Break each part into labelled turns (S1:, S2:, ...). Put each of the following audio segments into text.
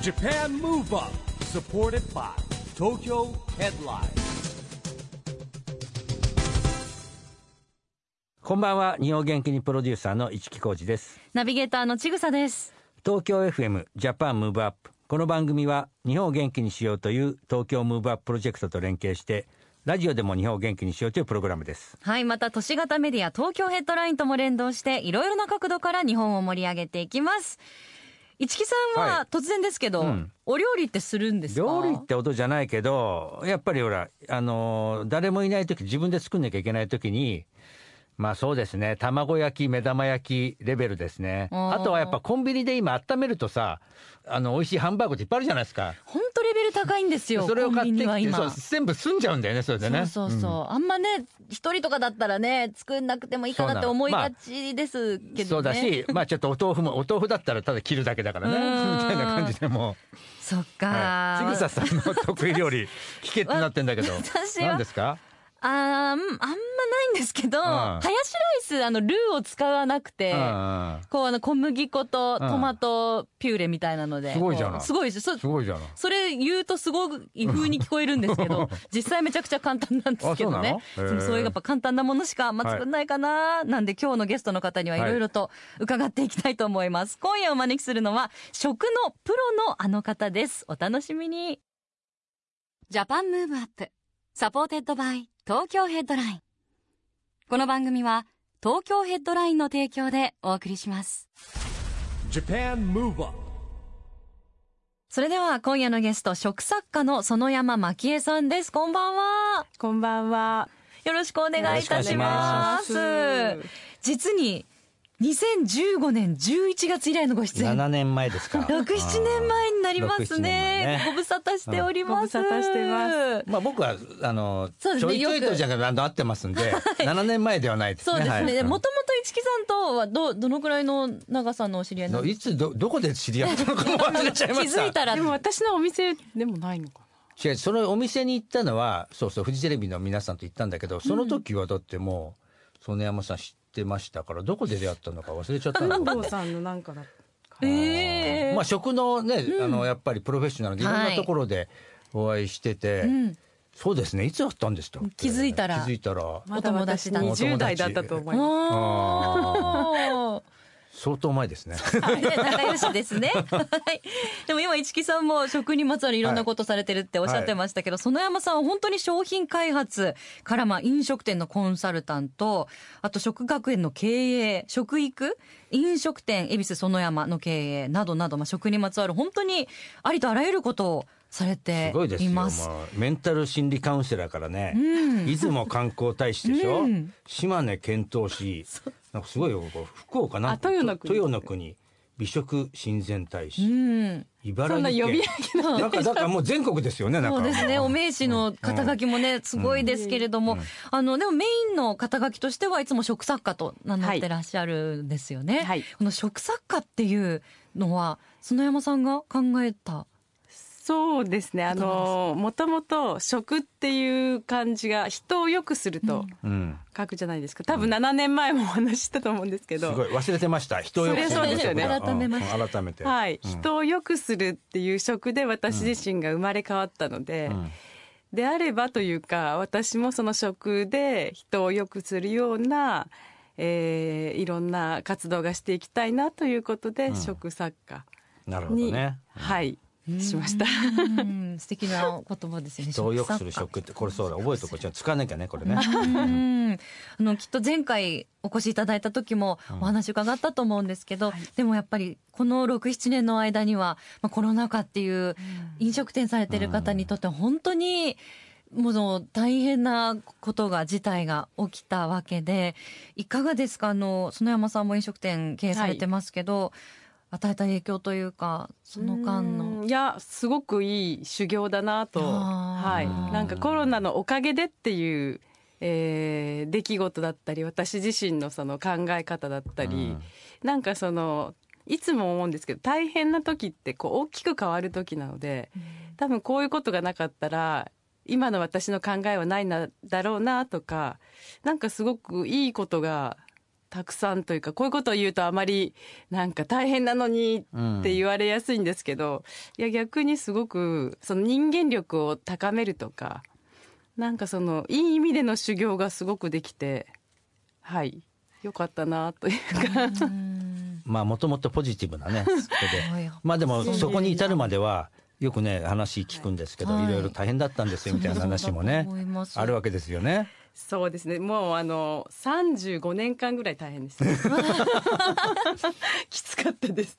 S1: Japan Move Up supported by Tokyo Headline
S2: こんばんは日本元気にプロデューサーの市木浩司です
S3: ナビゲーターのちぐさです。
S2: 東京 FM ジャパンムーブアップこの番組は日本を元気にしようという東京ムーブアッププロジェクトと連携してラジオでも日本を元気にしようというプログラムです
S3: はい、また都市型メディア東京ヘッドラインとも連動して、いろいろな角度から日本を盛り上げていきます。市木さん
S2: はい
S3: は突然ですけど、
S2: ん
S3: お料理ってするんですか
S2: 料理って音じゃないけどやっぱりほらあのー誰もいない時自分で作んなきゃいけない時にまあそうですね卵焼き目玉焼きレベルですね
S3: あー
S2: あとはやっぱコンビニで今温めるとさあの美味しいハンバーグっていっぱいあるじゃないですか
S3: 本当レベル高いんですよ。
S2: それを買って
S3: コンビ
S2: きて
S3: ニは
S2: そう
S3: 今
S2: 全部済んじゃうんだよねそれでね
S3: そうそうそう、あんまね一人とかだったらね作んなくてもいいか
S2: そうな
S3: な
S2: の
S3: って思いがちですけどね、
S2: そうだし、まあちょっとお豆腐も、お豆腐だったらただ切るだけだからね、
S3: うーん
S2: みたいな感じでも
S3: そっ
S2: う、
S3: か、
S2: はい、ちぐささんの得意料理、聞けってなってんだけど、
S3: わ私は
S2: 何ですか
S3: あーんあんまないんですけど、ハヤシライスあのルーを使わなくて、
S2: うんうん
S3: こうあの小麦粉とトマトピューレみたいなので、
S2: すごいじゃない
S3: こうすごいですそ
S2: すごいじゃない。
S3: それ言うとすごい風に聞こえるんです けど実際めちゃくちゃ簡単なんですけどね
S2: あそうなのへー
S3: そうそういうやっぱ簡単なものしかあんま作んないかな、なんで今日のゲストの方にはいろいろと伺っていきたいと思います、今夜お招きするのは食のプロのあの方ですお楽しみにジャパンムーブアップサポーテッドバイ東京ヘッドラインこの番組は東京ヘッドラインの提供でお送りします
S1: Japan Move Up
S3: それでは今夜のゲスト、食作家の園山蒔絵さんです。こんばんは。
S4: こんばんは。
S3: よろしくお願いいたします。
S4: よろしくお願いします
S3: 実に2015年11月以来のご出演。
S2: 7年前です か。
S3: 6、7年前になりますね。
S2: 6-7
S3: ご無沙汰しております。
S4: うんご無沙汰してま
S2: まあ僕は、あの、
S3: そうです
S2: ちょ
S3: ね
S2: いちょい
S3: よ
S2: と
S3: く
S2: じゃなくて、会ってますん で、7年前ではないですね。
S3: そうです
S2: はい
S3: ね。もともと市木さんとはど、どのくらいの長さのお知り合いな
S2: の
S3: んで
S2: いつどどこで知り合ったのかも忘れちゃい
S3: す
S2: ま
S3: か
S2: し
S3: 気
S2: た
S3: づいたら。
S4: でも私のお店でもないのか
S2: 違うそのお店に行ったのはそうそうフジテレビの皆さんと行ったんだけどその時はだってもう曽根山さん知ってましたからどこで出会ったのか忘れちゃった
S4: な。
S2: の
S4: 工藤さんのなんかだ。
S3: ええ
S2: まあ食のね、あのやっぱりプロフェッショナルでいろん
S3: は
S2: ないところでお会いしてて、
S3: ん
S2: そうですねいつ会ったんですか
S3: 気づいたら
S2: 気づいたら
S4: まだ私
S2: 達
S3: お友
S2: だ
S4: 20代だったと思いま
S3: おー。
S2: 相当前ですね
S3: ね、仲良しですね。 はい。でも今、市木さんも食にまつわるいろんなことされてるっておっしゃってましたけど、園山さんは本当に商品開発から、まあ、飲食店のコンサルタント、あと食学園の経営、食育、飲食店、恵比寿園山の経営などなど、まあ、食にまつわる本当にありとあらゆることをされて
S2: すごいです
S3: い
S2: よ、ま
S3: ま
S2: あ
S3: す。、
S2: メンタル心理カウンセラーからね、
S3: ん
S2: 出雲観光大使でしょ、
S3: うん
S2: 島根遣唐使なんかすごいよここ福岡なんて
S4: あ豊の国
S2: 豊の国美食親善大使、
S3: うん。
S2: 茨城県
S4: そんな呼び上げない
S2: なんかだからもう全国ですよねなんか
S3: そうですね。お名刺の肩書
S2: き、
S3: きもね、すごいですけれども、あの、でもメインの肩書きとしてはいつも食作家と名乗ってらっしゃるんですよね。
S4: いはい
S3: この食作家っていうのは、園山さんが考えた。
S4: す。そうですね。あのもともと食っていう漢字が人を良くすると
S2: うんうん
S4: 書くじゃないですか。多分7年前もお話ししたと思うんですけ
S2: す
S4: ど。
S2: ごい忘れてました人をよく
S4: それそうですよね
S2: すること
S3: 改めまして
S2: うんうん改めて
S4: はい、
S2: うん
S4: 人を良くするっていう職で私自身が生まれ変わったので、
S2: うん
S4: であればというか私もその職で人を良くするような、えーいろんな活動がしていきたいなということで、食作家
S2: なるほど
S4: に、
S2: ね
S4: はい、しました。
S3: うん、素敵な言葉ですよね。
S2: 人をよくする
S3: 作
S2: 食ってこれそうだ覚えておこうじゃあ使わなきゃねこれね
S3: 家うんあのきっと前回お越しいただいた時もお話伺ったと思うんですけど、でもやっぱりこの67年の間には、まあ、コロナ禍っていう飲食店されてる方にとって本当にもう大変なことが事態が起きたわけでいかがですかあの園山さんも飲食店経営されてますけど、与えた影響というかその間の。
S4: うんいやすごくいい修行だなと、
S3: あー
S4: はい、なんかコロナのおかげでっていう、えー出来事だったり私自身のその考え方だったり、
S2: うん
S4: なんかそのいつも思うんですけど大変な時ってこう大きく変わる時なので多分こういうことがなかったら今の私の考えはないなだろうなとかなんかすごくいいことがたくさんというかこういうことを言うとあまりなんか大変なのにって言われやすいんですけど、いや逆にすごくその人間力を高めるとかなんかそのいい意味での修行がすごくできてはいよかったなというか、
S2: まあもともとポジティブなね そこ
S3: すごい
S2: でまあでもそこに至るまではよくね話聞くんですけど、
S3: はい
S2: い、ろいろ大変だったん ですよみたいな話もね
S3: そうだと思います
S2: あるわけですよね。
S4: そうですねもうあの35年間ぐらい大変でした きつかったです。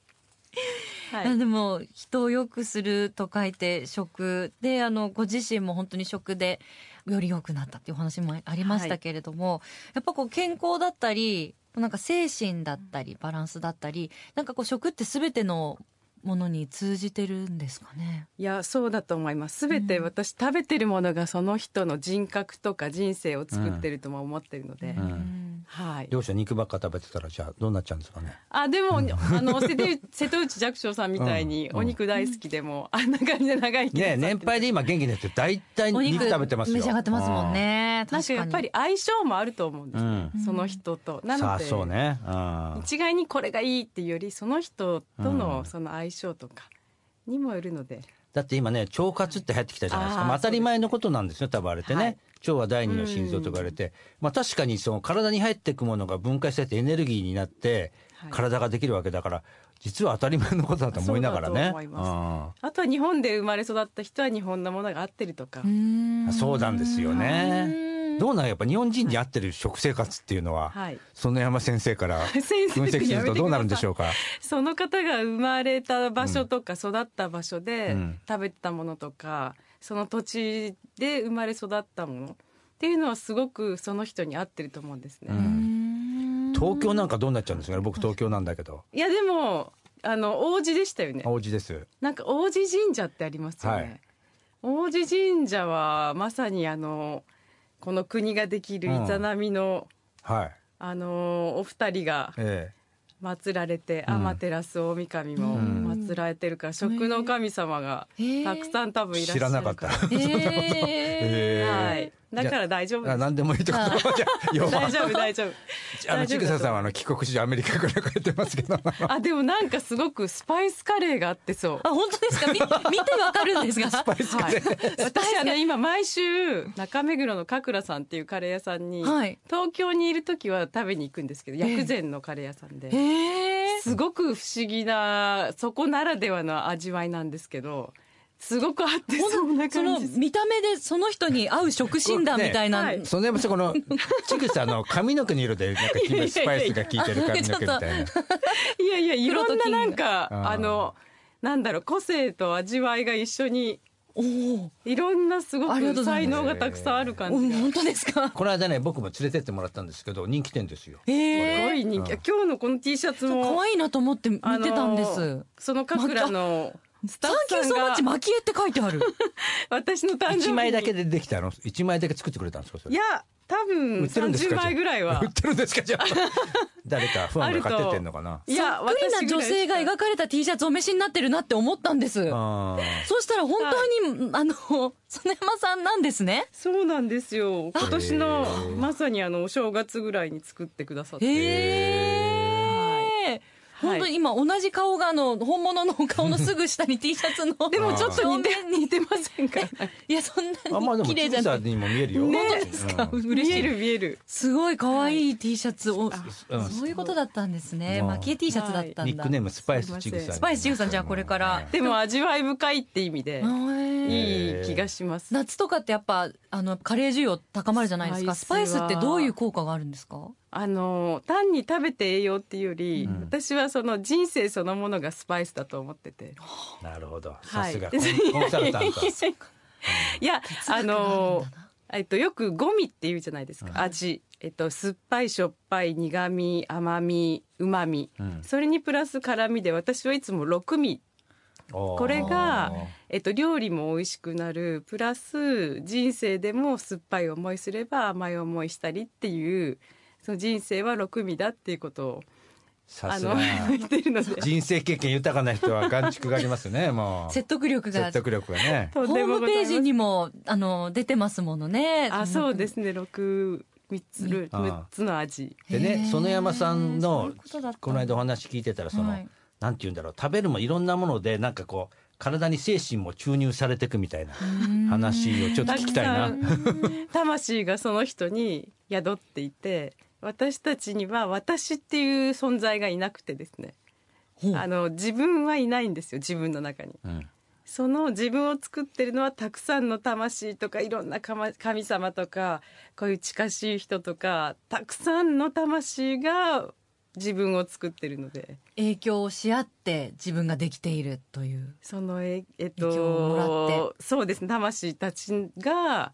S4: はい
S3: やでも人を良くすると書いて食であのご自身も本当に食でより良くなったっていうお話もありましたけれども、やっぱこう健康だったりなんか精神だったりバランスだったりなんかこう食って全てのものに通じてるんですかね。
S4: いやそうだと思いますすべて私、食べてるものがその人の人格とか人生を作ってるとも思ってるので、
S2: うん
S4: はい
S2: 両者肉ばっか食べてたらじゃあどうなっちゃうんですかね。
S4: あでも、あの瀬戸内瀬戸内寂聴さんみたいに
S2: うん
S4: お肉大好きでも、あんな感じで長生き
S2: ね
S4: なさって
S2: 年配で今元気な人大体
S3: お肉
S2: 肉食べてますよ。
S3: 召し上がってますもんね。
S4: なんか
S3: 確か
S4: やっ
S3: に
S4: ぱり相性もあると思うんですね、
S3: うん
S4: その人と
S2: う。
S4: なん
S2: さ
S4: の
S2: あ
S4: で
S2: そうね。うん
S4: 一概にこれがいいっていうよりその人と
S2: うん
S4: のその相性とかにもよるので、
S2: だって今ね腸活って流行ってきたじゃないですか、
S4: あー
S2: まあ、当たり前のことなんですよ多分あれってね、
S4: はい
S2: 腸は第二の心臓と言われて、まあ、確かにその体に入っていくものが分解されてエネルギーになって
S4: はい
S2: 体ができるわけだから実は当たり前のことだと思いながら
S4: そうだ
S2: ね
S4: と思いあとは日本で生まれ育った人は日本のものが合ってるとか、
S2: うんそうなんですよねどうなんやっぱ日本人に合ってる食生活っていうのは、
S4: はい
S2: 園山先生 から
S4: 先
S2: 分析
S4: 生
S2: する
S4: やめて
S2: と
S4: ください
S2: どうなるんでしょうか
S4: その方が生まれた場所とか育った場所で
S2: うん
S4: 食べてたものとか、その土地で生まれ育ったものっていうのはすごくその人に合ってると思うんですね。
S2: 東京なんかどうなっちゃうんですかね僕東京なんだけど
S4: いやでもあの王子でしたよね。
S2: 王子です
S4: なんか王子神社ってありますよね。
S2: はい
S4: 王子神社はまさにあのこの国ができる営みの、
S2: はい
S4: あのお二人が
S2: え
S4: 祀られて、
S2: うん
S4: 天照大神も祀られてるから、食の神様が
S3: へえ
S4: たくさん多
S2: え
S4: 分いらっ
S2: 知
S4: しゃる
S2: らなかった
S3: えー
S2: えー
S4: はい、だから大丈夫
S2: あ
S4: です
S2: 何でも いいってことじゃあ要は
S4: 大丈夫大丈夫
S2: あの
S4: 大
S2: ち
S4: 丈夫
S2: ぐ
S4: だと
S2: ささんはあの帰国時アメリカから帰ってますけど
S4: あでもなんかすごくスパイスカレーがあってそう
S3: あ本当ですかみ見てわかるんです が
S4: はい、私あの今毎週中目黒のかくらさんっていうカレー屋さんに、
S3: はい
S4: 東京にいる時は食べに行くんですけど
S3: え
S4: 薬膳のカレー屋さんで、
S3: へえ
S4: すごく不思議なそこならではの味わいなんですけどすごくあってそうな
S3: そ
S4: 感
S3: の
S4: じです
S3: 見た目でその人に合う食診断みたいな、
S4: ねはい
S2: そのやっぱこのちぐさの髪の毛の色でなんか君スパイスが効いてる髪の毛みた いな
S4: いやいやいろん
S3: 黒と金
S4: な
S3: が
S4: なんか
S2: あー
S4: あのなんだろう個性と味わいが一緒に
S3: おお
S4: いろんなすご
S3: ありがとう
S4: く
S3: ござい
S4: 才
S3: ます
S4: 能がたくさんある感じが。
S3: 本当です か
S2: この間ね僕も連れてってもらったんですけど人気店ですよ
S4: す
S3: へ
S4: ご
S3: え
S4: い人気、
S2: うん
S4: 今日のこの T シャツも
S3: 可愛いなと思って見て
S4: あの
S3: たんです、
S4: そのかくらのスタ
S3: サ
S4: ッ
S3: ンキュー
S4: フ
S3: ソーマッ
S4: さ
S3: チ
S4: んが
S3: 蒔絵って書いてある
S4: 私の誕生日
S2: 一
S4: に
S2: 枚だけでできたの一枚だけ作ってくれたんですかそ
S4: い
S2: れ
S4: や多分
S2: 売ってるんですか
S4: 30枚ぐらいは
S2: 売ってるんですか じゃあ誰かファンが買ってってんのかない
S4: や
S3: 不利な
S4: 私
S3: 女
S4: ぐらいしか
S3: 性が描かれた T シャツお召しになってるなって思ったんです
S2: あ
S3: そしたら本当に、あの曽根山さんなんですね
S4: そうなんですよ今年の
S2: へー
S4: まさにあのお正月ぐらいに作ってくださっ
S3: へ
S4: て
S3: え、
S4: はい
S3: 本当に今同じ顔があの本物のお顔のすぐ下に T シャツの
S4: でもちょっと 似て
S3: 正面に
S4: 似てませんか
S3: いやそん
S2: ーあま
S3: な
S2: あでも
S3: に
S2: ち
S3: 綺麗じ
S2: ぐ
S3: ゃな
S2: さ
S3: い
S2: にも見えるよ、
S4: ね
S3: 本当ですか
S2: うん
S3: 嬉
S4: 見
S3: し
S4: え
S3: い
S4: る見える
S3: すごい可愛い T シャツを、そういうことだったんですね。
S2: うん
S3: まあ、消え T シャツだったんだ。
S2: ニックネームスパイスちぐさ
S4: すいません
S3: スパイスちぐさんじゃあこれから
S4: でも味わい深いって意味
S3: へ
S4: で
S3: え
S4: いい気がします
S3: 夏とかってやっぱあのカレー需要高まるじゃないですかス
S4: ス
S3: パ
S4: パ
S3: イ
S4: イス
S3: ス
S4: は
S3: ってどういう効果があるんですか
S4: あの単に食べて栄養っていうより、
S2: うん
S4: 私はその人生そのものがスパイスだと思ってて
S2: なるほどさ
S4: はい
S2: すがコンコンサル タント
S4: いやあ
S3: の
S4: のえっと、よくゴミって言うじゃないですか、味、えっと、酸っぱいしょっぱい苦味甘みうまみ、
S2: うん
S4: それにプラス辛みで私はいつも六味、
S2: こ
S4: これがえっと、料理も美味しくなるプラス人生でも酸っぱい思いすれば甘い思いしたりっていうその人生は六味だっていうことを
S2: さ
S4: あ
S2: すが
S4: の 言ってる ので
S2: 人生経験豊かな人は眼蓄がありますねもう
S3: 説得力が
S2: 説得力がね
S4: ホ
S3: ホームページにもあの出てますものね
S4: あそうですね六三つル
S2: うん
S4: 六つの味。
S2: でね
S3: へー
S2: 園山さんの
S3: そういうとだったんだ
S2: この間お話聞いてたらその、
S3: はい
S2: なんて言うんだろう食べるもいろんなものでなんかこう体に精神も注入されていくみたいな話をちょっと聞きたいな。
S4: 魂がその人に宿っていて私たちには私っていう存在がいなくてですねあの自分はいないんですよ自分の中に
S2: うん
S4: その自分を作ってるのはたくさんの魂とかいろんなかま神様とかこういう近しい人とかたくさんの魂が自分を作ってるので
S3: 影響をし合って自分ができているという
S4: そのええっ
S3: 影響をもらっ
S4: とそうですね魂たちが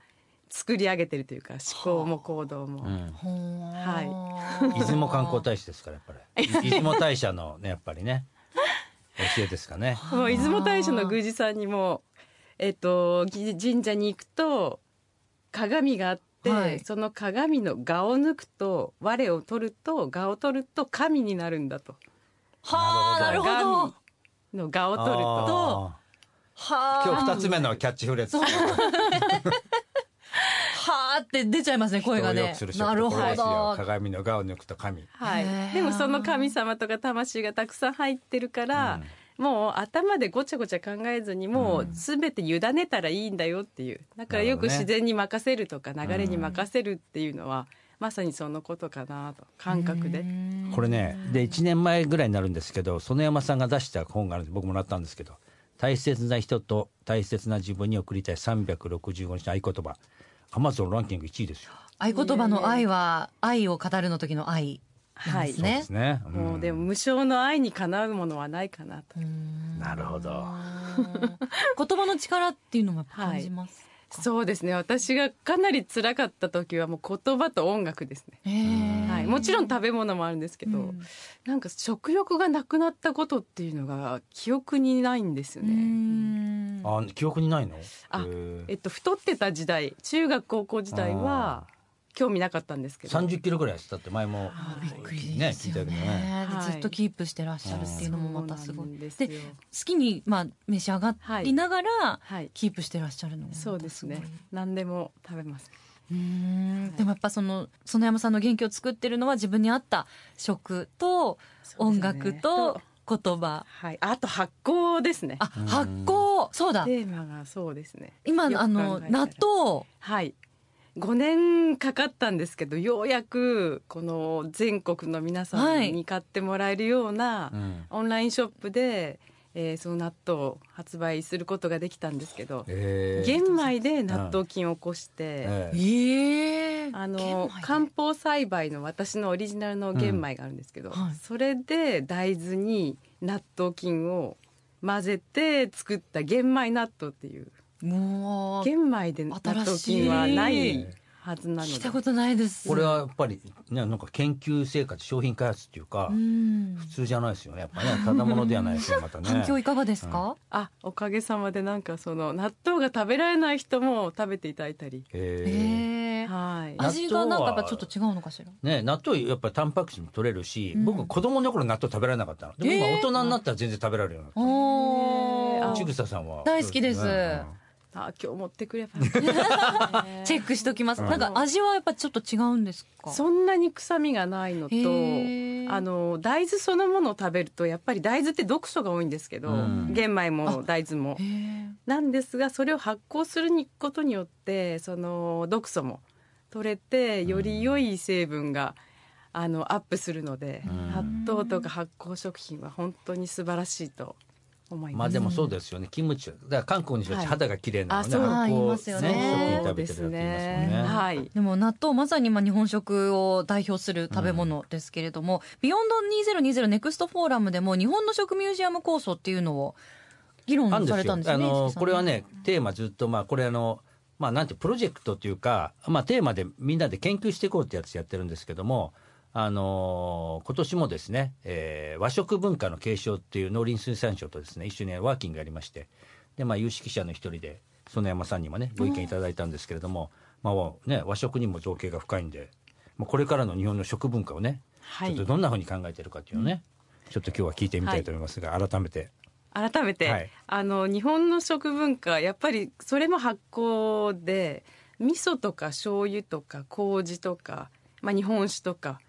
S4: 作り上げてるというか思考も行動も。
S2: うん
S3: は
S2: 出雲観光大使ですからやっぱり 出雲大社のねやっぱりね教えですかね。
S4: もう出雲大社の宮司さんにも、えっと、ぎ神社に行くと鏡があって、
S3: はい
S4: その鏡の蛾を抜くと我を取ると蛾を取ると神になるんだと。
S3: はあなるほどは
S4: 神の蛾を取ると
S2: あ
S3: あ
S2: ー今日二つ目のキャッチフレーズ。
S3: はあって出ちゃいますね声が
S2: 人を良
S3: ね
S2: くする人
S3: なるほ
S2: これですよ
S3: ど
S2: 鏡の側を抜くと神。
S4: はい
S3: へー
S4: でもその神様とか魂がたくさん入ってるから、もう頭でごちゃごちゃ考えずにもう全て委ねたらいいんだよっていうだからよ
S2: な
S4: く
S2: るほどね
S4: 自然に任せるとか流れに任せるっていうのは、まさにそのことかなと感覚で。
S2: これねで1年前ぐらいになるんですけど園山さんが出した本があるんで僕もらったんですけど「大切な人と大切な自分に送りたい365日の合言葉」アマゾンランキング1位ですよ。
S3: 合言葉の愛は愛を語るの時の愛
S4: はい
S3: ですね
S2: ですね。うん
S4: もうでも無償の愛にかなうものはないかなと。
S2: なるほど。
S3: 言葉の力っていうのもやっぱ感じます
S4: そうですね私がかなり辛かった時はもう言葉と音楽ですね、
S3: へえ
S4: はい、もちろん食べ物もあるんですけど、
S3: うん
S4: なんか食欲がなくなったことっていうのが記憶にないんですよ
S3: うー
S4: ね。
S3: ん
S2: あ記憶にないの
S4: あ
S2: へー
S4: えっと太ってた時代中学高校時代は興味なかったんですけど
S2: 30キロぐらいしたって前も
S3: びっくり
S2: ね
S3: です
S2: 聞い
S3: よ
S2: たけ
S3: ね
S2: どね。
S3: で
S4: はい
S3: ずっとキープしてらっしゃるっていうのもまたすご
S4: そうないんです
S3: で
S4: よ
S3: 好きにまあ召し上がりながら、
S4: はい
S3: キープしてらっしゃるのも
S4: そうですね
S3: またごいう
S4: 何でも食べます
S3: ーんでもやっぱその園山さんの元気を作ってるのは自分に合った食と
S4: そうです
S3: 音
S4: ね
S3: 楽と言葉、
S4: はいあと発酵ですね
S3: あ発酵そうだ
S4: テーマがそうですね
S3: 今
S4: よく
S3: あ
S4: 考え
S3: の
S4: たら
S3: 納豆
S4: はい5年かかったんですけどようやくこの全国の皆さ
S3: はい
S4: んに買ってもらえるような、
S2: うん
S4: オンラインショップで、えーその納豆を発売することができたんですけど
S2: えー
S4: 玄米で納豆菌を起こして、
S2: えー
S3: ええ
S4: あの
S3: 玄米
S4: 漢方栽培の私のオリジナルの玄米があるんですけど、
S3: うんはい
S4: それで大豆に納豆菌を混ぜて作った玄米納豆っていう
S3: でもう
S4: 玄米で納豆菌はないはずなの
S3: 聞い
S4: で
S3: たことないです
S2: これはやっぱりねなんか研究生活商品開発っていうか
S3: うん
S2: 普通じゃないですよねやっぱねただものではないですよまたね。
S3: 反響いかがですか、
S4: あおかげさまでなんかその納豆が食べられない人も食べていただいたり、
S2: えー
S3: ええ
S4: はい
S2: あ
S3: 味がなんかやっぱちょっと違うのかしら
S2: ね、納豆やっぱりタンパク質も取れるし、
S3: うん
S2: 僕子供の頃納豆食べられなかったのでも今
S3: えー
S2: 大人になったら全然食べられるようになった、
S3: お
S4: ー
S3: ー
S4: あ
S2: 千草さんは
S3: 大好きです
S2: そうね
S4: あ今日持ってくれ ばね
S3: チェックしときます、
S2: うん
S3: なんか味はやっぱちょっと違うんですか
S4: そんなに臭みがないのと
S3: へー
S4: あの大豆そのものを食べるとやっぱり大豆って毒素が多いんですけど、
S2: うん
S4: 玄米も大豆も
S3: へ。ー
S4: なんですがそれを発酵することによってその毒素も取れてより良い成分が、あのアップするので、
S2: ん
S4: 納豆とか発酵食品は本当に素晴らしいと思い
S2: ま
S4: ま
S2: あ
S4: す。
S2: でもそうですよねキムチだから韓国にしろ
S4: はい
S2: 肌が綺麗なのね、
S4: あそう
S2: 発酵
S3: 言いますよね
S2: 食品食べてるって言いますもんね
S4: はい。
S3: でも納豆まさに今日本食を代表する食べ物ですけれども、ビヨンド2020ネクストフォーラムでも日本の食ミュージアム構想っていうのを議論
S2: あるん
S3: されたん
S2: で
S3: です
S2: よあ
S3: すよ
S2: の
S3: ね。石井さん
S2: これはねテーマずっとまあこれあのまあなんてプロジェクトというか、まあ、テーマでみんなで研究していこうってやつやってるんですけどもあの今年もですね、えー和食文化の継承っていう農林水産省とですね一緒にワーキングやりましてで、まあ、有識者の一人で園山さんにもねご意見いただいたんですけれども、まあもうね、和食にも造形が深いんで、まあ、これからの日本の食文化をね、
S4: はい
S2: ちょっとどんなふうに考えてるかっていうのをね、ちょっと今日は聞いてみたいと思いますが、改めて。
S4: 改めて、
S2: はい
S4: あの日本の食文化やっぱりそれも発酵で味噌とか醤油とか麹とか、まあ、日本酒とか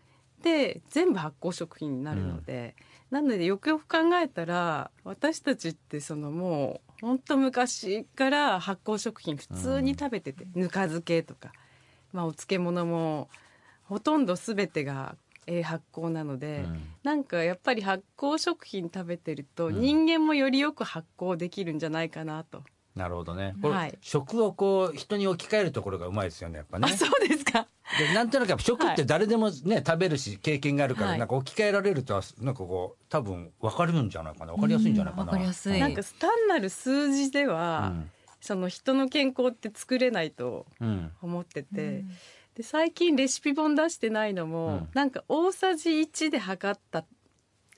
S4: で全部発酵食品になるので、なのでよくよく考えたら私たちってそのもうほんと昔から発酵食品普通に食べてて、ぬか漬けとか、まあ、お漬物もほとんど全てがえー発酵なので、なんかやっぱり発酵食品食べてると
S2: うん
S4: 人間もよりよく発酵できるんじゃないかなと。
S2: なるほどね。これ、
S4: はい
S2: 食をこう人に置き換えるところがうまいですよね。やっぱね
S4: あ。そうですか。
S2: でなんとなくやっぱ食って誰でもね、食べるし経験があるから、
S4: はい
S2: なんか置き換えられるとなんかこう多分分かるんじゃないかな分かりやすいんじゃないかな。
S3: うんわかりやすい
S4: なんか単なる数字では、その人の健康って作れないと
S2: うんうん
S4: 思ってて、
S3: うん
S4: で最近レシピ本出してないのも、
S2: うん
S4: なんか大さじ1で測った、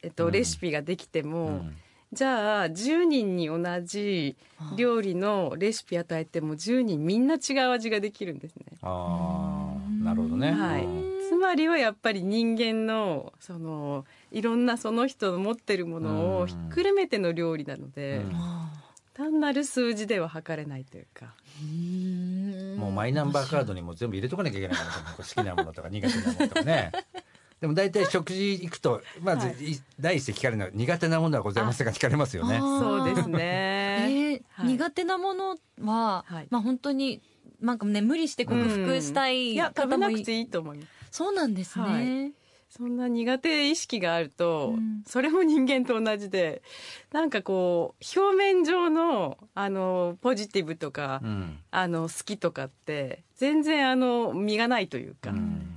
S4: えっと
S2: うん
S4: レシピができて
S2: う
S4: も、
S2: ん
S4: じゃあ10人に同じ料理のレシピ与えても10人みんな違う味ができるんですね。
S2: ああなるほどね。
S4: はい
S2: うん
S4: つまりはやっぱり人間のそのいろんなその人の持ってるもの
S2: うん
S4: をひっくるめての料理なので、
S2: うん
S4: 単なる数字では測れないというか
S2: もうマイナンバーカードにも全部入れとかなきゃいけないからね好きなものとか苦手なものとか ね。でも大体食事行くと、まず、、
S4: はい
S2: 第一で聞かれるのは苦手なものはございませんか聞かれますよね。
S3: あー
S4: そうです
S3: え
S4: ね。
S3: ー
S4: はい
S3: 苦手なものは、
S4: はい
S3: まあ本当になんかね無理して克服した
S4: うん
S3: い
S4: や食べ
S3: 方も
S4: ないくていいと思います
S3: そうなんですね、
S4: はいそんな苦手意識があると、
S3: うん
S4: それも人間と同じでなんかこう表面上のあのポジティブとか、
S2: うん。
S4: あの好きとかって全然あの身がないという
S2: う
S4: か、
S2: ん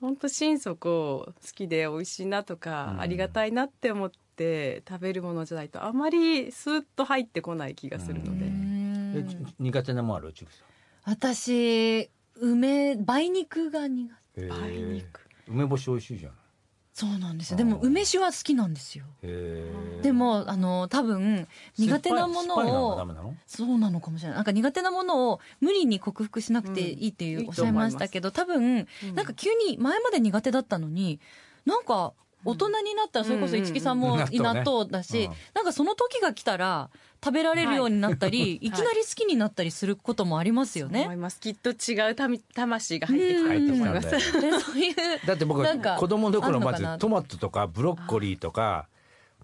S4: ほんと心底好きで美味しいなとか、
S2: うん
S4: ありがたいなって思って食べるものじゃないとあまりスーッと入ってこない気がするので、
S2: う
S3: うん
S2: えち苦手なもんあるちぐさん。
S3: 私梅梅肉が苦手
S2: へー
S4: 梅肉
S2: 梅干し美味しいじゃん。
S3: そうなんですよでも
S2: あー
S3: 梅酒は好きなんですよ
S2: へー
S3: でもあの多分苦手なも
S2: 酸っぱい酸っぱい
S3: の
S2: のがダ
S3: を
S2: メなの
S3: そうなのかもしれないなんか苦手なものを無理に克服しなくていいっていううんおっしゃいましたけど、多分
S4: うん
S3: なんか急に前まで苦手だったのになんか大人になったらそれこそ
S4: うん
S3: 市木さんも
S2: うんうんうん
S3: 納豆だし、
S2: 納豆ね
S3: なんかその時が来たら食べられるようになったり、い、きなり好きになったりすることもありますよ
S4: そう思
S3: ね。
S4: いますきっと違うたみ魂が入ってきた
S2: 入って
S4: と
S2: き
S4: 思い
S2: た
S4: ま
S2: ん
S4: す
S2: だ。よ。
S3: で そういう
S2: だって僕
S3: なんか
S2: 子供の頃ま
S3: あんのか
S2: ず
S3: な
S2: トマトとかブロッコリーとか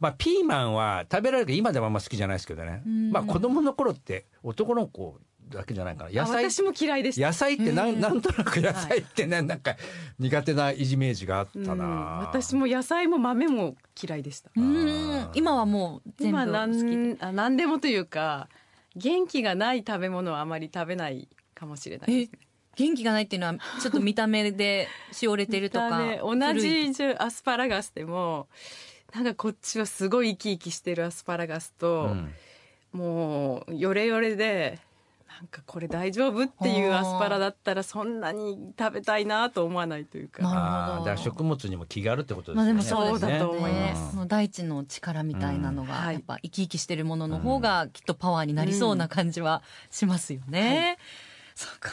S2: まあピーマンは食べられるけど今でもあんま好きじゃないですけどね
S3: うん
S2: まあ子供の頃って男の子だけじゃないから野
S4: あ
S2: 菜
S4: 私も嫌いでした
S2: 野菜ってなんなんとなく野菜ってねなんか苦手なイメージがあっ
S4: うん
S2: たな
S4: 私も野菜も豆も嫌いでした
S3: うん今はもう全部
S4: 今な
S3: 好き
S4: んあ何でもというか元気がない食べ物はあまり食べないかもしれないです
S3: え元気がないっていうのはちょっと見た目でしおれてる とか
S4: だね同
S3: 古い
S4: じじゅアスパラガスでもなんかこっちはすごい生き生きしてるアスパラガスと、
S2: うん
S4: もうヨレヨレでなんかこれ大丈夫っていうアスパラだったらそんなに食べたいなと思わないというか
S3: なるほど
S2: あーだから食物にも気があるってことです
S3: ま
S2: よね
S3: あでもそうですよね
S4: そうだと思い
S2: ます
S3: その大地の力みたいなの
S4: うんは
S3: が
S4: い
S3: やっぱ生き生きしてるものの方がきっとパワーになりそうな感じはしますよね、そうか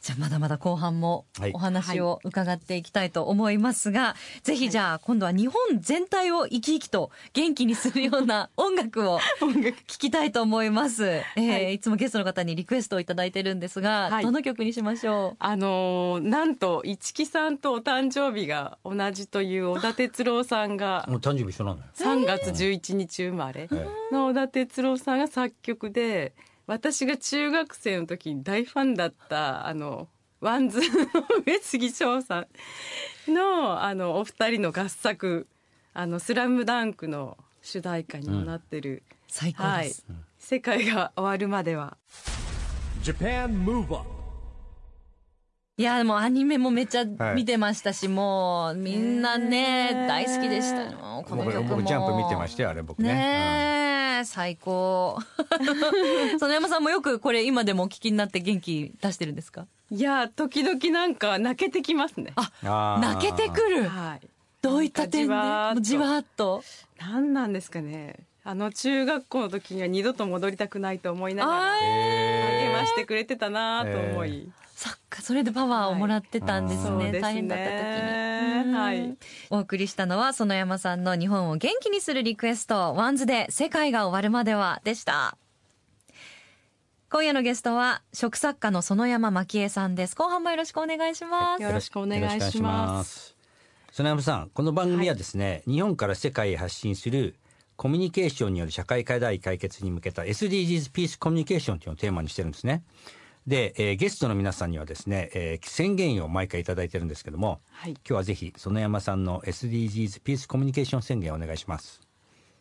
S3: じゃあまだまだ後半も
S2: はい
S3: お話を伺っていきたいと思いますが、ぜひじゃあ今度は日本全体を生き生きと元気にするような音楽を
S4: 音楽
S3: 聞きたいと思います。えーい、つもゲストの方にリクエストをいただいてるんですが、
S4: はい
S3: どの曲にしましょ
S4: あのーなんと一木さんとお誕生日が同じという小田哲郎さんが
S2: もう誕生日一緒なのよ
S4: 3月11日生まれ
S2: え
S4: の小田哲郎さんが作曲で私が中学生の時に大ファンだったあのワンズの 上杉翔さんのあのお二人の合作「あのスラムダンクの主題歌にもなってる、
S3: う最高
S4: は
S3: で
S4: い
S3: す。、
S4: 世界が終わるまでは
S1: Japan Move Up
S3: いやもうアニメもめっちゃ
S2: はい
S3: 見てましたし、もうみんなね、
S4: ねえ
S3: 大好きでしたよこの曲
S2: 僕
S3: も
S2: 僕ジャンプ見てましたよあれ僕ね
S3: ねえ、最高園山さんもよくこれ今でもお聞きになって元気出してるんですか
S4: いや時々なんか泣けてきますね。
S3: あ
S2: うんあー
S3: 泣けてくる
S4: はい
S3: どういった点で
S4: なんか
S3: じ
S4: じ
S3: わ
S4: わ
S3: ーっと
S4: 何なんですかねあの中学校の時には二度と戻りたくないと思いながら
S3: あー
S2: へ
S4: 励
S2: ー。
S4: ましてくれてたなと思い、
S3: そっかそれでパワーをもらってたんですね、
S4: はいうん
S3: 大変だった時に、
S4: そうですね
S3: うん
S4: はい
S3: お送りしたのは園山さんの日本を元気にするリクエストワンズで世界が終わるまではでした今夜のゲストは食作家の園山蒔絵さんです後半もよろしくお願いします、
S4: よろしくお願いします
S2: 砂山さん、この番組はですね、日本から世界へ発信するコミュニケーションによる社会課題解決に向けた SDGs ピースコミュニケーションというのをテーマにしてるんですね。で、えーゲストの皆さんにはですね、えー宣言を毎回いただいてるんですけども、
S4: はい
S2: 今日はぜひ園山さんの SDGs ピースコミュニケーション宣言をお願いします。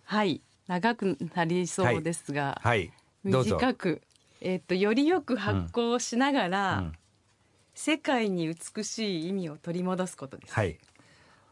S4: はい長くなりそうですが、
S2: はい、どうぞ。
S4: 短く、えっとよりよく発行しながら、
S2: うん
S4: 世界に美しい意味を取り戻すことです、
S2: はい、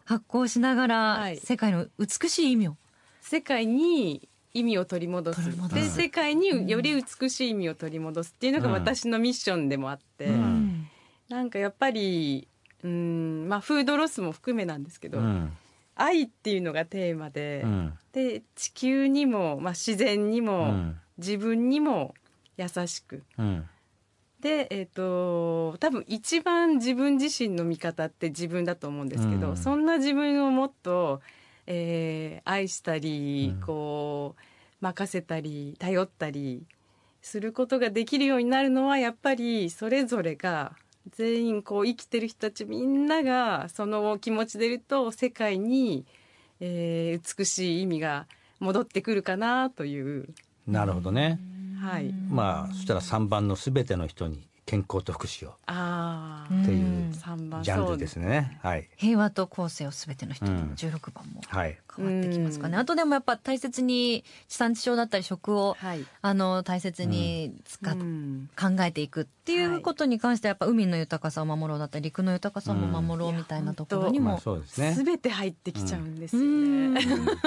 S3: 発行しながら
S4: はい
S3: 世界の美しい意味を
S4: 世界に意味を取り戻す
S3: 取り戻
S4: です世界により美しい意味を取り戻すっていうのが
S2: うん
S4: 私のミッションでもあって、
S2: うん
S4: なんかやっぱりうんまあフードロスも含めなんですけ
S2: う
S4: ど、
S2: ん、
S4: 愛っていうのがテーマで、
S2: うん、
S4: で地球にも、まあ、自然に
S2: う
S4: も、
S2: ん、
S4: 自分にも優しく
S2: うん、
S4: でえっ、と多分一番自分自身の味方って自分だと思うんですけど、
S2: うん
S4: そんな自分をもっと、えー愛したり、
S2: うん
S4: こう任せたり頼ったりすることができるようになるのはやっぱりそれぞれが全員こう生きてる人たちみんながその気持ちでいると世界に、えー美しい意味が戻ってくるかなという、
S2: なるほどね。
S4: はい
S2: まあそしたら三番のすべての人に健康と福祉を
S4: あ
S3: ん
S4: ー
S2: っていう
S4: 三番
S2: ジャン
S4: そ
S2: ル
S4: う
S2: ですね。はい。
S3: 平和と公正をすべての人、
S2: うん
S3: 16番も
S2: はい。
S3: 変わってきますかね、
S4: うん
S3: あとでもやっぱ大切に地産地消だったり食を
S4: はい。
S3: あの大切に使っ
S4: うん
S3: 考えていくってい
S4: は
S3: う
S4: い
S3: ことに関してはやっぱ海の豊かさを守ろうだったり陸の豊かさも守ろうみたいなところに
S2: まあ
S3: も、
S2: そうですね
S4: す。べて入ってきちゃうんです
S3: う
S4: よ
S3: ん
S4: ね。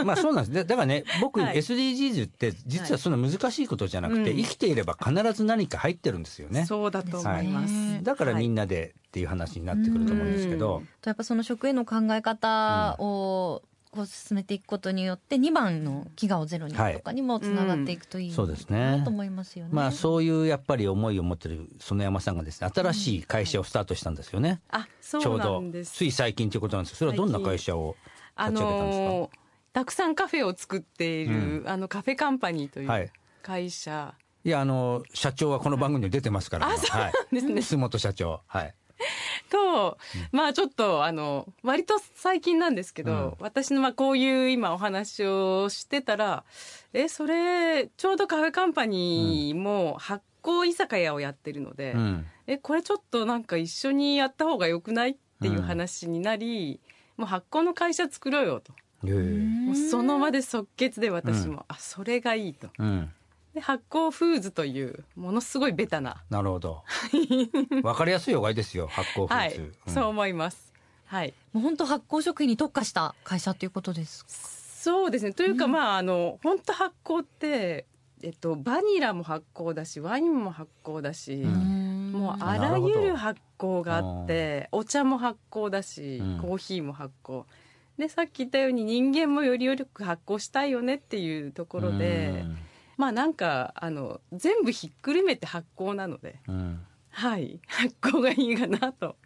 S2: まあそうなんです。でだからね、僕
S4: はい
S2: SDGs って実はそんな難しいことじゃなく
S4: は
S2: て、
S4: いうん
S2: 生きていれば必ず何か入ってるんですよね。
S4: そうだと思います。
S3: はい
S2: だからみんなでっていう話になってくると思うんですけど、
S3: とやっぱその食への考え方をこう進めていくことによって2番の「飢餓をゼロに」とかにもつながっていくといい
S2: そうです
S3: な
S2: ね
S3: と。思いますよね。
S2: まあそういうやっぱり思いを持ってる園山さんがですね、新しい会社をスタートしたんですよね。
S4: あ、
S2: ち
S4: そ
S2: ょ
S4: う
S2: う
S4: な
S2: ど
S4: んです。
S2: つい最近ということなんですけど、それはどんな会社を
S4: あ
S2: 立ち上げたんですか。
S4: のーたくさんカフェを作っている、あのカフェカンパニーとい
S2: は
S4: う
S2: い
S4: 会社
S2: いやあの社長はこの番組に出てますから、
S4: あ
S2: 今はい。
S4: ですね。
S2: 楠本社長、はい。
S4: と、まあちょっとあの割と最近なんですけど、私のまあこういう今お話をしてたらえそれちょうどカフェカンパニーも発酵居酒屋をやってるので、
S2: うん。
S4: えこれちょっとなんか一緒にやった方が良くないっていう話になり、もう発行の会社作ろうよと、
S2: へえ
S4: もうその場で即決で私も、あそれがいいと
S2: うん。
S4: で発行フーズというものすごいベタな
S2: なるほど。わかりやすいおがいですよ。発酵フ
S4: は
S2: ルー
S4: い
S2: ツ。ん
S4: そう思いますはい
S3: もう本当発酵食品に特化した会社ということです。
S4: そうですねというか、まああの本当発酵って、えっと、バニラも発酵だしワインも発酵だし、
S2: うん
S4: もうあ
S2: な
S4: ら
S2: るほ
S4: ゆ
S2: ど
S4: る発酵があってお茶も発酵だし、
S2: うん
S4: コーヒーも発酵でさっき言ったように人間もよりよく発酵したいよねっていうところで、まあなんかあの全部ひっくるめて発酵なので
S2: うん。
S4: はい発酵がいいかなと。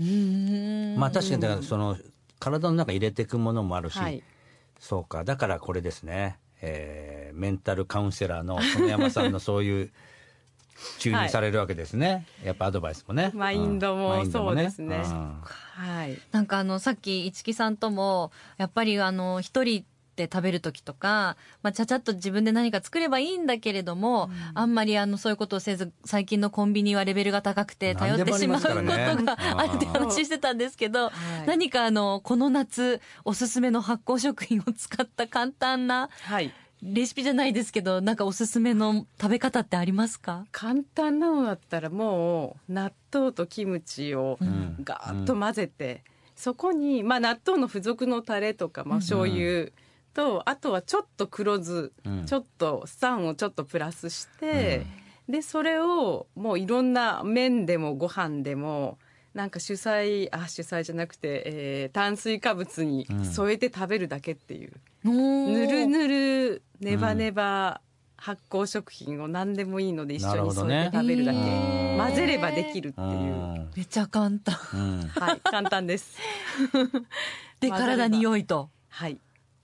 S3: うん
S2: まあ確かにだからその体の中に入れていくものもあるし、
S4: はい
S2: そうか。だからこれですね。えーメンタルカウンセラーの園山さんのそういう注入されるわけですね。やっぱアドバイスもね。
S4: マインド
S2: う
S4: も
S2: んマインドもね
S4: そうですね
S2: ん
S4: はい、
S3: なんかあのさっき一木さんともやっぱりあの一人で食べる時とか、まあ、ちゃちゃっと自分で何か作ればいいんだけれども、あんまりあのそういうことをせず最近のコンビニはレベルが高くて頼ってしまうこと
S2: 何でもあります
S3: が
S2: からね
S3: あるって話してたんですけど、
S4: はい
S3: 何かあのこの夏おすすめの発酵食品を使った簡単な
S4: はい、
S3: レシピじゃないですけどなんかおすすめの食べ方ってありますか
S4: 簡単なのだったらもう納豆とキムチを
S2: ん
S4: ガーッと混ぜて、そこに、まあ、納豆の付属のタレとか、まあ、醤油と、あとはちょっと黒酢、
S2: うん
S4: ちょっと酸をちょっとプラスして、でそれをもういろんな麺でもご飯でもなんか主菜あ主菜じゃなくて、えー炭水化物に添えて食べるだけっていう、
S3: ぬ
S4: ぬるぬるネバネバ発酵食品を何でもいいので一緒に添えて食べるだけ、
S3: なるほどね
S4: 混ぜればできるっていう、
S2: うん
S3: めちゃ簡単
S2: うん
S4: はい簡単です
S3: で
S4: 混ざれば
S3: 体に良いと。
S4: はい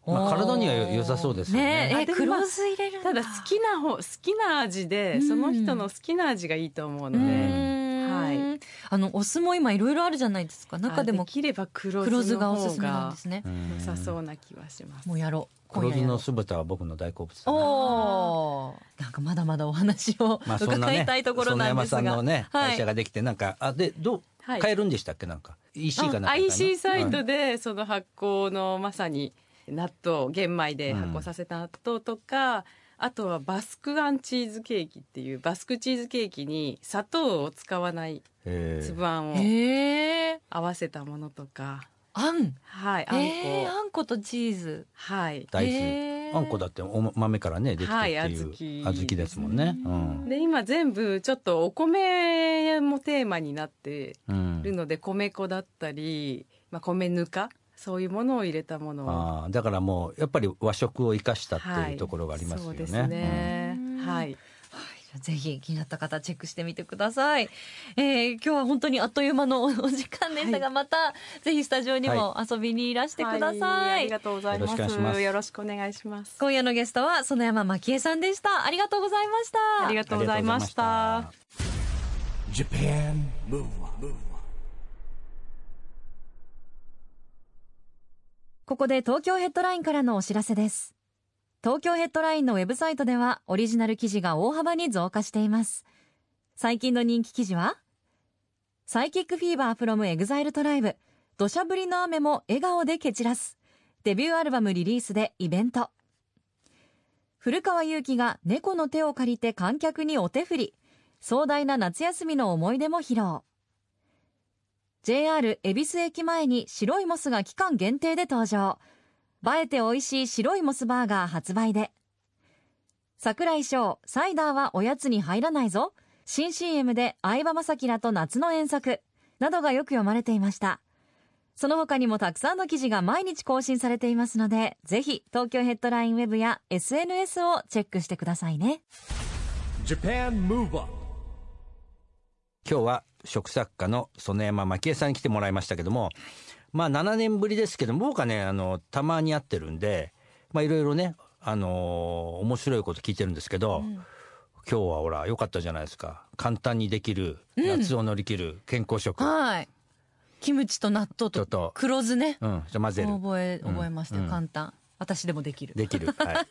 S2: まあ、体には良さそうですよ
S3: ね
S2: ね。
S3: え、
S4: あでも
S3: 黒酢入れるん
S4: ただ好きな方好きな味で、その人の好きな味がいいと思
S3: う
S4: うので、
S3: ーん
S4: は
S3: あのお酢も今いろいろあるじゃないですか。中で
S4: あ
S3: も
S4: きれば黒
S3: 黒
S4: 酢
S3: 酢が
S4: の
S3: おすす
S4: 方
S3: めなん
S4: が
S3: ですね
S2: う。ん
S4: 良さそうな気はします。
S3: もうやろう。今
S2: 黒
S3: 夜
S2: 酢
S3: やろ
S2: の
S3: う
S2: 酢豚は僕の大好物だな
S3: おーなんかまだまだお話を
S2: まあそんな
S3: 伺い
S2: ね
S3: たいとこ、ろ
S2: そんな
S3: なん
S2: 山
S3: です
S2: さ
S3: が。
S2: んのね、
S3: は
S2: 会社
S3: い。
S2: ができて、なんか、あ、で、どう、
S4: はい
S2: 買えるんでしたっけ、なんか。EC かなんかかな。
S4: あ IC サイ
S2: は
S4: ト
S2: い
S4: でその発酵のまさに納豆玄米で発酵させた納豆とか、あとはバスクアンチーズケーキっていうバスクチーズケーキに砂糖を使わない
S2: えー
S4: 粒あんを
S3: へえ。
S4: 合わせたものとか、
S3: あん。
S4: はいあんこ、
S3: えーあんことチーズ。
S4: はい
S2: 大
S3: へ
S2: 豆。
S3: ー
S2: あんこだって、お豆からね、できてっていう。
S4: はい
S2: 小豆ですもんね。うん。
S4: で今全部ちょっとお米もテーマになって
S2: うん
S4: るので、米粉だったり、まあ、米ぬかそういうものを入れたものを
S2: あーだからもうやっぱり和食を生かしたって
S4: はい
S2: いうところがありますよ
S4: そうです
S2: ね。
S4: ね
S3: うん
S4: はい。
S3: はいじゃあぜひ気になった方チェックしてみてください。えー今日は本当にあっという間のおお 時間でしたが、またぜひスタジオにも遊びにいらしてくだ
S4: は
S3: さ
S4: あ
S3: い。
S4: りがとうございます。
S2: よろしくお願いします
S4: よろしくお願いします。
S3: 今夜のゲストは園山真紀恵さんでした。ありがとうございました。
S4: ありがとうございまし
S2: ありがとうございました
S4: た。
S1: Japan Move Up
S5: ここで東京ヘッドラインからのお知らせです。東京ヘッドラインのウェブサイトではオリジナル記事が大幅に増加しています。最近の人気記事はサイキックフィーバー from エグザイルトライブ土砂降りの雨も笑顔で蹴散らすデビューアルバムリリースでイベント古川祐希が猫の手を借りて観客にお手振り壮大な夏休みの思い出も披露 JR 恵比寿駅前に白いモスが期間限定で登場映えて美味しい白いモスバーガー発売で桜井翔サイダーはおやつに入らないぞ新 CM で相葉雅紀らと夏の遠足などがよく読まれていましたその他にもたくさんの記事が毎日更新されていますのでぜひ東京ヘッドラインウェブや SNS をチェックしてくださいね
S1: Japan Move Up
S2: 今日は食作家の園山蒔絵さんに来てもらいましたけども、まあ7年ぶりですけども僕はねあのたまに会ってるんでまあいろいろねあのー面白いこと聞いてるんですけど、今日はほら良かったじゃないですか簡単にできる夏を乗り切る健康食、うん
S3: はい。キムチと納豆
S2: ちょっと
S3: と黒酢ね。
S2: じゃあ混ぜる
S3: 覚え、覚えましたよ。
S2: うん
S3: 簡単。私でもできる。
S2: で きる、はい、
S3: はい。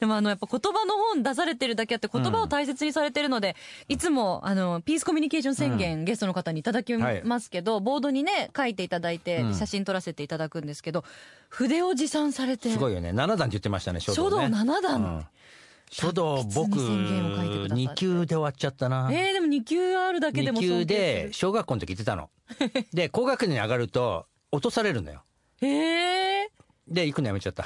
S3: でもあの、やっぱ言葉の本出されてるだけあって、言葉を大切にされてるので、いつも、あの、ピースコミュニケーション宣言、ゲストの方にいただきますけど、ボードにね、書いていただいて、
S2: うん
S3: 写真撮らせていただくんですけど、筆を持参されて、
S2: すごいよね7段って言ってましたね書
S3: 書
S2: 道ね
S3: 道7段。
S2: うん書道僕
S3: 達筆に宣言を書いてくださって
S2: 2級で終わっちゃったな、
S3: えー、でも2級あるだけで
S2: 2
S3: も
S2: 級
S3: 尊敬する
S2: で小学校の時言ってたので高学年に上がると落とされるのよ
S3: えー、
S2: で行くのやめちゃった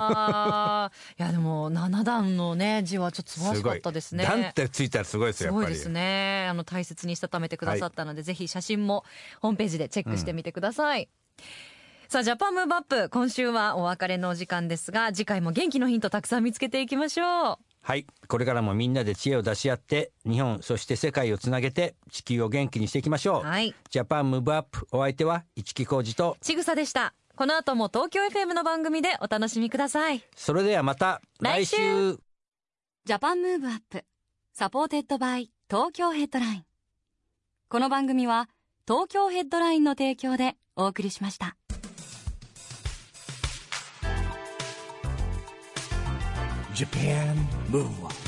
S3: あ ーいやでも7段のね字はちょっと素晴らしかったですね。
S2: すごい段ってついたらすごいです
S3: す
S2: よやっ
S3: ごい
S2: ぱ
S3: で
S2: り
S3: すね。あの大切にしたためてくださったので、ぜひ写真もホームページでチェックしてみてください。さあ、ジャパンムーブアップ、今週はお別れのお時間ですが、次回も元気のヒントたくさん見つけていきましょう。
S2: はいこれからもみんなで知恵を出し合って日本そして世界をつなげて地球を元気にしていきましょう、
S3: はい
S2: ジャパンムーブアップお相手は市木浩二と
S3: ちぐさでした。この後も東京 FM の番組でお楽しみください。
S2: それではまた
S3: 来週
S2: 来週
S5: ジャパンムーブアップサポーテッドバイ東京ヘッドラインこの番組は東京ヘッドラインの提供でお送りしました
S1: Japan Move Up